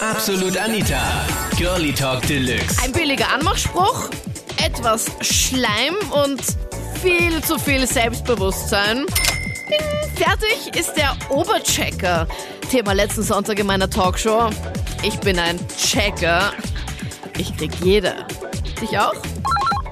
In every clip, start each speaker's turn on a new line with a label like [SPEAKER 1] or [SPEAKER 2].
[SPEAKER 1] Absolut Anita. Girlie Talk Deluxe.
[SPEAKER 2] Ein billiger Anmachspruch, etwas Schleim und viel zu viel Selbstbewusstsein. Ding. Fertig ist der Oberchecker. Thema letzten Sonntag in meiner Talkshow. Ich bin ein Checker. Ich krieg jede. Dich auch?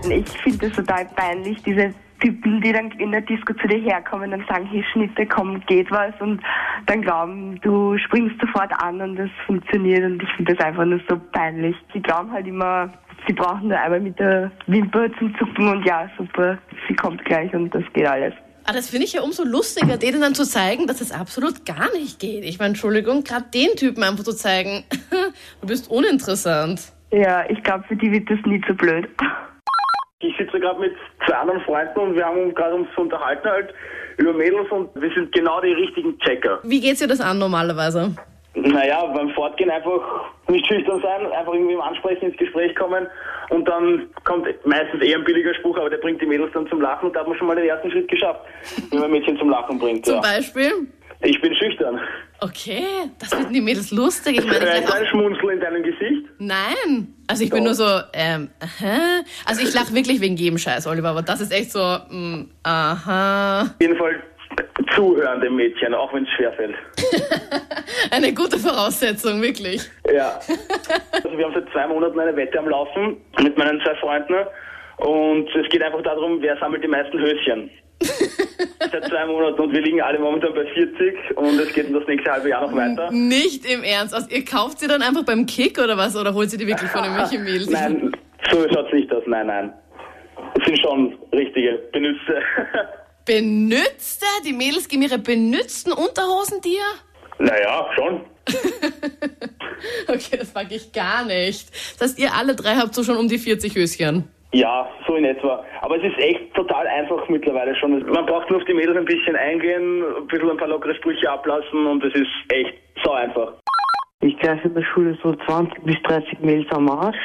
[SPEAKER 3] Ich finde es total peinlich, diese Typen, die dann in der Disco zu dir herkommen und sagen, hier Schnitte, komm, geht was und dann glauben, du springst sofort an und das funktioniert und ich finde das einfach nur so peinlich. Die glauben halt immer, sie brauchen nur einmal mit der Wimper zum Zucken und ja, super, sie kommt gleich und das geht alles.
[SPEAKER 2] Ah, das finde ich ja umso lustiger, denen dann zu zeigen, dass es absolut gar nicht geht. Ich meine, Entschuldigung, gerade den Typen einfach zu zeigen, du bist uninteressant.
[SPEAKER 3] Ja, ich glaube, für die wird das nie zu blöd.
[SPEAKER 4] Ich sitze gerade mit zwei anderen Freunden und wir haben gerade uns unterhalten halt über Mädels und wir sind genau die richtigen Checker.
[SPEAKER 2] Wie geht's dir das an normalerweise?
[SPEAKER 4] Naja, beim Fortgehen einfach nicht schüchtern sein, einfach irgendwie im Ansprechen ins Gespräch kommen und dann kommt meistens eher ein billiger Spruch, aber der bringt die Mädels dann zum Lachen und da hat man schon mal den ersten Schritt geschafft, wenn man Mädchen zum Lachen bringt.
[SPEAKER 2] Zum
[SPEAKER 4] Ja.
[SPEAKER 2] Beispiel?
[SPEAKER 4] Ich bin schüchtern.
[SPEAKER 2] Okay, das finden die Mädels lustig. Ich meine, ich
[SPEAKER 4] Vielleicht
[SPEAKER 2] lache
[SPEAKER 4] ein
[SPEAKER 2] auch.
[SPEAKER 4] Schmunzeln in deinem Gesicht.
[SPEAKER 2] Nein. Also ich bin nur so, ähm, aha. Also ich lache wirklich wegen jedem Scheiß, Oliver, aber das ist echt so, mh, aha.
[SPEAKER 4] Auf jeden Fall zuhören dem Mädchen, auch wenn es schwerfällt.
[SPEAKER 2] Eine gute Voraussetzung, wirklich.
[SPEAKER 4] Ja. Also wir haben seit zwei Monaten eine Wette am Laufen mit meinen zwei Freunden. Und es geht einfach darum, wer sammelt die meisten Höschen. seit zwei Monaten und wir liegen alle momentan bei 40 und es geht um das nächste halbe Jahr noch weiter.
[SPEAKER 2] Nicht im Ernst. Also ihr kauft sie dann einfach beim Kick oder was? Oder holt sie die wirklich von irgendwelchen Mädels?
[SPEAKER 4] Nein, so schaut's nicht aus. Nein, nein. Es sind schon richtige Benütze.
[SPEAKER 2] Benützte? Die Mädels geben ihre benützten Unterhosen dir?
[SPEAKER 4] naja, schon.
[SPEAKER 2] Okay, das mag ich gar nicht. Das heißt, ihr alle drei habt so schon um die 40 Höschen.
[SPEAKER 4] Ja, so in etwa. Aber es ist echt total einfach mittlerweile schon. Man braucht nur auf die Mädels ein bisschen eingehen, ein bisschen ein paar lockere Sprüche ablassen und es ist echt so einfach.
[SPEAKER 5] Ich greife in der Schule so 20 bis 30 Mails am Arsch.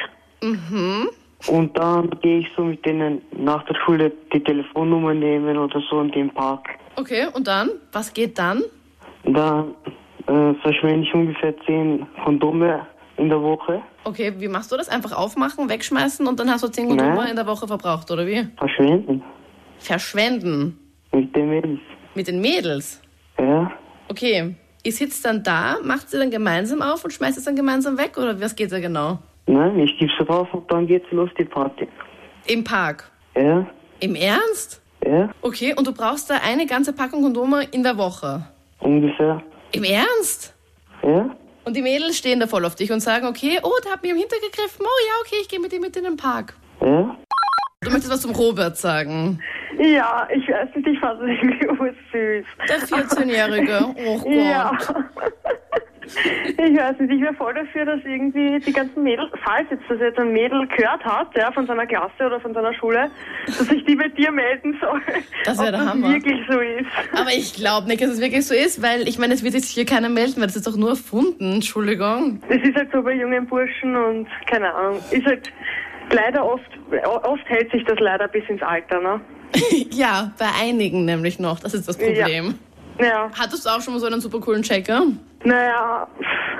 [SPEAKER 5] Und dann gehe ich so mit denen nach der Schule die Telefonnummer nehmen oder so in den Park.
[SPEAKER 2] Okay, und dann? Was geht dann?
[SPEAKER 5] Und dann äh, verschwende ich ungefähr 10 Kondome in der Woche.
[SPEAKER 2] Okay, wie machst du das? Einfach aufmachen, wegschmeißen und dann hast du 10
[SPEAKER 6] Ne.
[SPEAKER 2] Kondome
[SPEAKER 5] Nein.
[SPEAKER 2] in der Woche verbraucht, oder wie?
[SPEAKER 5] Verschwenden
[SPEAKER 2] Verschwenden.
[SPEAKER 5] mit den Mails.
[SPEAKER 2] Mit den Mädels.
[SPEAKER 5] Ja.
[SPEAKER 2] Okay, ihr sitzt dann da, macht sie dann gemeinsam auf und schmeißt es dann gemeinsam weg, oder was geht da genau?
[SPEAKER 5] Nein, ich gebe sie drauf und dann geht's los, die Party.
[SPEAKER 2] Im Park.
[SPEAKER 5] Ja,
[SPEAKER 2] Im Ernst?
[SPEAKER 5] ja,
[SPEAKER 2] Okay, und du brauchst da eine ganze Packung Kondome in der Woche.
[SPEAKER 5] ungefähr.
[SPEAKER 2] Im Ernst?
[SPEAKER 5] Ja,
[SPEAKER 2] Und die Mädels stehen da voll auf dich und sagen, okay, oh, der hat mich im Hinter gegriffen. Oh ja, okay, ich gehe mit dir mit in den Park.
[SPEAKER 5] ja.
[SPEAKER 2] Du möchtest was zum Robert sagen.
[SPEAKER 6] Ja, ich weiß nicht, ich fand es irgendwie ursüß.
[SPEAKER 2] Der 14-Jährige. Oh Gott.
[SPEAKER 6] Ja. Ich weiß nicht, ich wäre voll dafür, dass irgendwie die ganzen Mädels, falls jetzt das jetzt ein Mädel gehört hat, ja, von seiner Klasse oder von seiner Schule, dass sich die bei dir melden soll.
[SPEAKER 2] Das wär
[SPEAKER 6] Ob
[SPEAKER 2] der Hammer.
[SPEAKER 6] wirklich so ist.
[SPEAKER 2] Aber ich glaube nicht, dass es wirklich so ist, weil ich meine, es wird jetzt hier keiner melden, weil das ist doch nur erfunden. Entschuldigung.
[SPEAKER 6] Es ist halt so bei jungen Burschen und keine Ahnung, ist halt leider oft, oft hält sich das leider bis ins Alter, ne?
[SPEAKER 2] ja, bei einigen nämlich noch. Das ist das Problem.
[SPEAKER 6] Ja.
[SPEAKER 2] Hattest du auch schon mal so einen super coolen Checker?
[SPEAKER 6] Naja,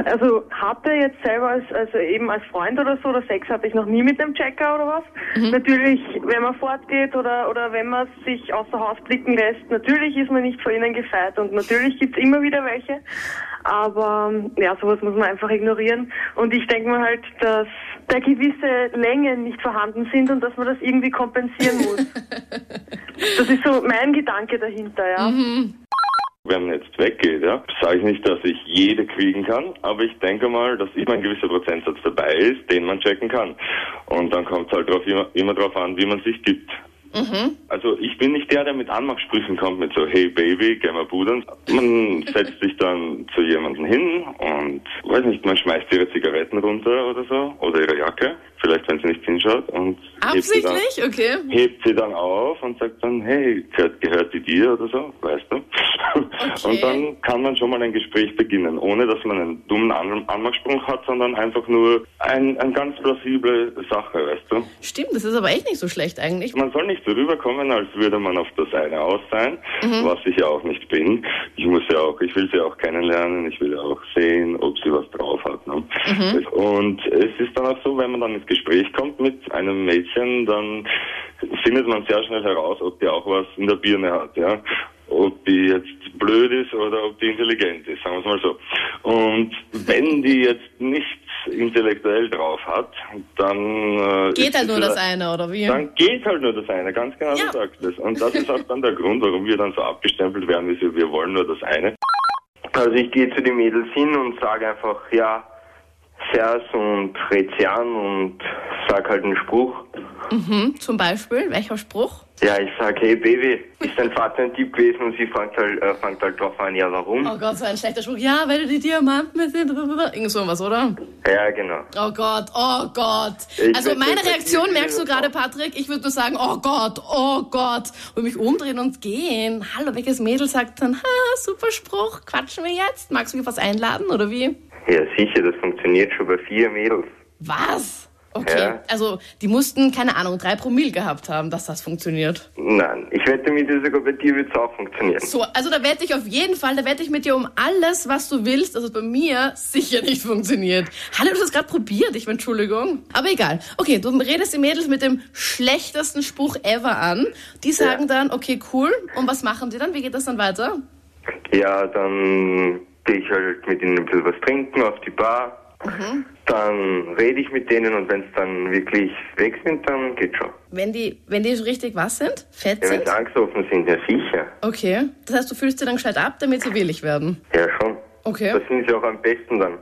[SPEAKER 6] also hatte jetzt selber als, also eben als Freund oder so, oder Sex hatte ich noch nie mit einem Checker oder was. Natürlich, wenn man fortgeht oder, oder wenn man sich außer Haus blicken lässt, natürlich ist man nicht vor ihnen gefeit und natürlich gibt's immer wieder welche. Aber ähm, ja, sowas muss man einfach ignorieren. Und ich denke mir halt, dass da gewisse Längen nicht vorhanden sind und dass man das irgendwie kompensieren muss. das ist so mein Gedanke dahinter, ja.
[SPEAKER 7] wenn man jetzt weggeht, ja, sage ich nicht, dass ich jede kriegen kann, aber ich denke mal, dass immer ein gewisser Prozentsatz dabei ist, den man checken kann. Und dann kommt es halt drauf, immer, immer drauf an, wie man sich gibt. Also ich bin nicht der, der mit Anmachsprüchen kommt, mit so, hey Baby, geh mal pudern. Man setzt sich dann zu jemandem hin und, weiß nicht, man schmeißt ihre Zigaretten runter oder so, oder ihre Jacke, vielleicht wenn sie nicht hinschaut und... hebt sie dann-
[SPEAKER 2] Absichtlich? Okay.
[SPEAKER 7] hebt sie dann auf und sagt dann, hey, gehört, gehört die dir oder so, weißt du? Und dann kann man schon mal ein Gespräch beginnen, ohne dass man einen dummen An Anmachsprung hat, sondern einfach nur ein, ein ganz plausible Sache, weißt du?
[SPEAKER 2] Stimmt, das ist aber echt nicht so schlecht eigentlich.
[SPEAKER 7] Man soll nicht so rüberkommen, als würde man auf das eine aus sein,
[SPEAKER 2] Mhm.
[SPEAKER 7] was ich ja auch nicht bin. Ich muss ja auch, ich will sie auch kennenlernen, ich will ja auch sehen, ob sie was drauf hat. Ne?
[SPEAKER 2] Mhm.
[SPEAKER 7] Und es ist dann auch so, wenn man dann ins Gespräch kommt mit einem Mädchen, dann findet man sehr schnell heraus, ob die auch was in der Birne hat, ja. Ob die jetzt blöd ist oder ob die intelligent ist, sagen wir es mal so. Und wenn die jetzt nichts intellektuell drauf hat, dann... Äh,
[SPEAKER 2] Geht
[SPEAKER 7] ist
[SPEAKER 2] halt
[SPEAKER 7] es
[SPEAKER 2] nur das
[SPEAKER 7] vielleicht-
[SPEAKER 2] eine, oder wie?
[SPEAKER 7] dann geht halt nur das eine, ganz genau,
[SPEAKER 2] Ja.
[SPEAKER 7] du sagst es. Und das ist auch dann der Grund, warum wir dann so abgestempelt werden, ist, wir wollen nur das eine.
[SPEAKER 8] Also ich gehe zu den Mädels hin und sage einfach, ja, Vers und red sie an und sag halt einen Spruch.
[SPEAKER 2] Hm, zum Beispiel, welcher Spruch?
[SPEAKER 8] Ja, ich sag, hey Baby, ist dein Vater ein Typ gewesen? Und sie fängt halt, äh, fängt halt drauf an, ja warum?
[SPEAKER 2] Oh Gott, so ein schlechter Spruch. Ja, weil du die Diamanten sind. Irgend sowas, oder?
[SPEAKER 8] Ja, genau.
[SPEAKER 2] Oh Gott, oh Gott.
[SPEAKER 8] Ich
[SPEAKER 2] also
[SPEAKER 8] werd
[SPEAKER 2] meine
[SPEAKER 8] jetzt
[SPEAKER 2] Reaktion
[SPEAKER 8] nicht
[SPEAKER 2] merkst du
[SPEAKER 8] wieder-
[SPEAKER 2] gerade, Patrick. Ich würde nur sagen, oh Gott, oh Gott. Und mich umdrehen und gehen. Hallo, welches Mädel sagt dann, ha, super Spruch, quatschen wir jetzt? Magst du mich was einladen oder wie?
[SPEAKER 8] Ja, sicher, das funktioniert schon bei vier Mädels.
[SPEAKER 2] Was? Okay,
[SPEAKER 8] Ja.
[SPEAKER 2] also die mussten, keine Ahnung, drei Promille gehabt haben, dass das funktioniert.
[SPEAKER 8] Nein, ich wette mit dir sogar bei dir wird's auch funktionieren.
[SPEAKER 2] So, also da wette ich auf jeden Fall, da wette ich mit dir um alles, was du willst, dass es bei mir sicher nicht funktioniert. Hallo, du hast es gerade probiert, ich meine, Entschuldigung. Aber egal. Okay, du redest die Mädels mit dem schlechtesten Spruch ever an. Die sagen dann, okay, cool. Und was machen die dann? Wie geht das dann weiter?
[SPEAKER 8] Ja, dann gehe ich halt mit ihnen ein bisschen was trinken auf die Bar.
[SPEAKER 2] Mhm.
[SPEAKER 8] Dann rede ich mit denen und wenn's dann wirklich weg sind, dann geht schon.
[SPEAKER 2] Wenn die, wenn die so richtig was sind? Fett
[SPEAKER 8] Ja, wenn
[SPEAKER 2] sind?
[SPEAKER 8] sie angesoffen sind, ja sicher.
[SPEAKER 2] Okay. Das heißt, du fühlst dir dann gescheit ab, damit sie willig werden.
[SPEAKER 8] Ja, schon.
[SPEAKER 2] Okay.
[SPEAKER 8] Das sind sie auch am besten dann.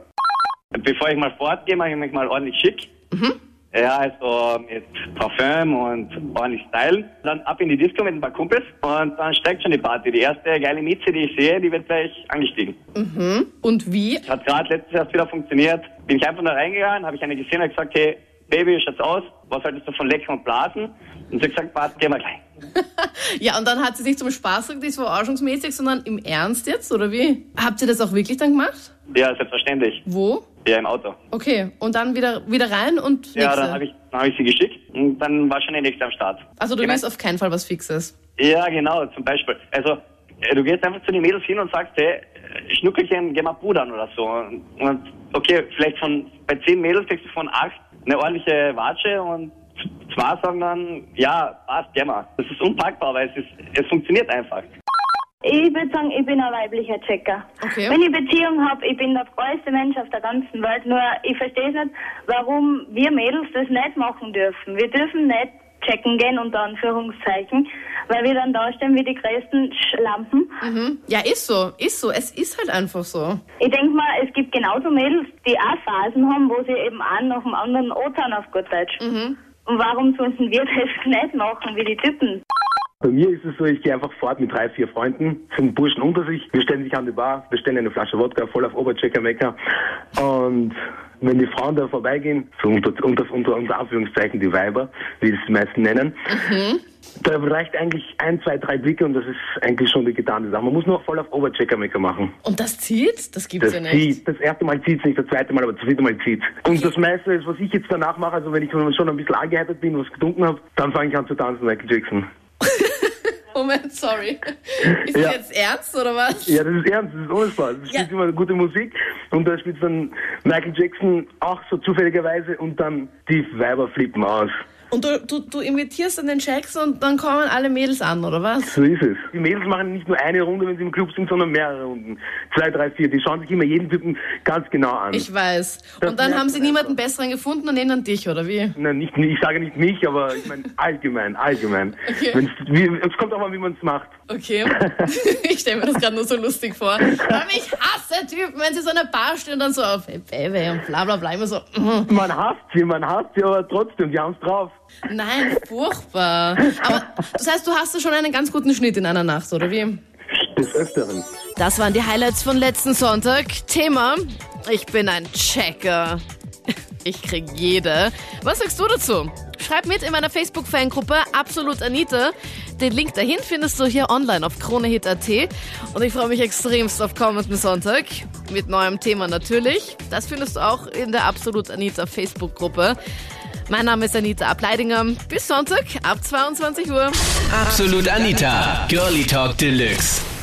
[SPEAKER 9] Bevor ich mal fortgehe, mache ich mich mal ordentlich schick. Ja, also mit Parfüm und ordentlich Style. Dann ab in die Disco mit ein paar Kumpels und dann steigt schon die Party. Die erste geile Mieze, die ich sehe, die wird gleich angestiegen.
[SPEAKER 2] Und wie?
[SPEAKER 9] Hat gerade letztes Jahr wieder funktioniert. Bin ich einfach da reingegangen, habe ich eine gesehen und gesagt, hey, Baby, schaut's aus, was haltest du von Lecken und Blasen? Und sie hat gesagt, warte, gehen wir gleich.
[SPEAKER 2] Ja, und dann hat sie sich zum Spaß gesagt, nicht so verarschungsmäßig, sondern im Ernst jetzt, oder wie? Habt ihr das auch wirklich dann gemacht?
[SPEAKER 9] Ja, selbstverständlich.
[SPEAKER 2] Wo?
[SPEAKER 9] Ja, im Auto.
[SPEAKER 2] Okay, und dann wieder, wieder rein und
[SPEAKER 9] Ja,
[SPEAKER 2] nächste.
[SPEAKER 9] dann habe ich, dann hab ich sie geschickt und dann war schon die nächste am Start.
[SPEAKER 2] also du
[SPEAKER 9] Ich mein-
[SPEAKER 2] willst auf keinen Fall was Fixes.
[SPEAKER 9] Ja, genau, zum Beispiel. Also, äh, du gehst einfach zu den Mädels hin und sagst, hey, äh, Schnuckelchen, geh mal pudern oder so. Und, und okay, vielleicht von, bei zehn Mädels kriegst du von acht eine ordentliche Watsche und zwei sagen dann, ja, passt, geh mal. Das ist unpackbar, weil es ist, es funktioniert einfach.
[SPEAKER 10] Ich würde sagen, ich bin ein weiblicher Checker.
[SPEAKER 2] Okay.
[SPEAKER 10] Wenn ich Beziehung habe, ich bin der freiste Mensch auf der ganzen Welt, nur ich verstehe es nicht, warum wir Mädels das nicht machen dürfen. Wir dürfen nicht checken gehen, unter Anführungszeichen, weil wir dann dastehen wie die größten Schlampen.
[SPEAKER 2] Mhm. Ja, ist so, ist so. Es ist halt einfach so.
[SPEAKER 10] Ich denke mal, es gibt genauso Mädels, die auch Phasen haben, wo sie eben einen nach dem anderen otern auf gut Deutsch. Und warum sollten wir das nicht machen, wie die Typen?
[SPEAKER 11] Bei mir ist es so, ich gehe einfach fort mit drei, vier Freunden, sind Burschen unter sich, wir stellen sich an die Bar, bestellen eine Flasche Wodka, voll auf Oberchecker-Mecker. Und wenn die Frauen da vorbeigehen, so unter, unter, unter, unter Anführungszeichen die Weiber, wie es die meisten nennen, da reicht eigentlich ein, zwei, drei Blicke und das ist eigentlich schon die getane Sache. Man muss nur voll auf Oberchecker-Mecker machen.
[SPEAKER 2] Und das zieht? Das gibt's
[SPEAKER 11] Das
[SPEAKER 2] ja nicht.
[SPEAKER 11] zieht. Das erste Mal zieht's nicht, das zweite Mal, aber das dritte Mal zieht's. Und das meiste ist, was ich jetzt danach mache, also wenn ich schon ein bisschen angeheitert bin, was getrunken habe, dann fange ich an zu tanzen, Michael Jackson.
[SPEAKER 2] Moment, sorry. Ist
[SPEAKER 11] Ja.
[SPEAKER 2] das jetzt ernst oder was?
[SPEAKER 11] Ja, das ist ernst, das ist ohne Spaß. Es
[SPEAKER 2] Ja.
[SPEAKER 11] spielt immer gute Musik und da spielt dann Michael Jackson auch so zufälligerweise und dann die Weiber flippen aus.
[SPEAKER 2] Und du, du, du imitierst dann den Jackson und dann kommen alle Mädels an, oder was?
[SPEAKER 11] So ist es. Die Mädels machen nicht nur eine Runde, wenn sie im Club sind, sondern mehrere Runden. Zwei, drei, vier. Die schauen sich immer jeden Typen ganz genau an.
[SPEAKER 2] Ich weiß.
[SPEAKER 11] Das
[SPEAKER 2] Und dann
[SPEAKER 11] merkt
[SPEAKER 2] haben sie
[SPEAKER 11] man
[SPEAKER 2] niemanden besseren gefunden und nehmen dann dich, oder wie?
[SPEAKER 11] Na, nicht, ich sage nicht mich, aber ich meine allgemein, allgemein.
[SPEAKER 2] Okay.
[SPEAKER 11] Wenn's, wie, es kommt auch an, wie man es macht.
[SPEAKER 2] Okay. ich stelle mir das gerade nur so lustig vor. Aber ich hasse Typen, wenn sie so in der Bar stehen und dann so auf hey, Baby und bla bla bla immer so. mm.
[SPEAKER 11] Man hasst sie, man hasst sie, aber trotzdem, die haben's drauf.
[SPEAKER 2] Nein, furchtbar. Aber das heißt, du hast da schon einen ganz guten Schnitt in einer Nacht, oder wie?
[SPEAKER 11] Des Öfteren.
[SPEAKER 2] Das waren die Highlights von letzten Sonntag. Thema: Ich bin ein Checker. Ich krieg jede. Was sagst du dazu? Schreib mit in meiner Facebook-Fangruppe Absolut Anita. Den Link dahin findest du hier online auf kronehit.at. Und ich freue mich extremst auf kommenden Sonntag. Mit neuem Thema natürlich. Das findest du auch in der Absolut Anita Facebook-Gruppe. Mein Name ist Anita Ableidinger. Bis Sonntag ab 22 Uhr.
[SPEAKER 1] Absolut Anita, Girlie Talk Deluxe.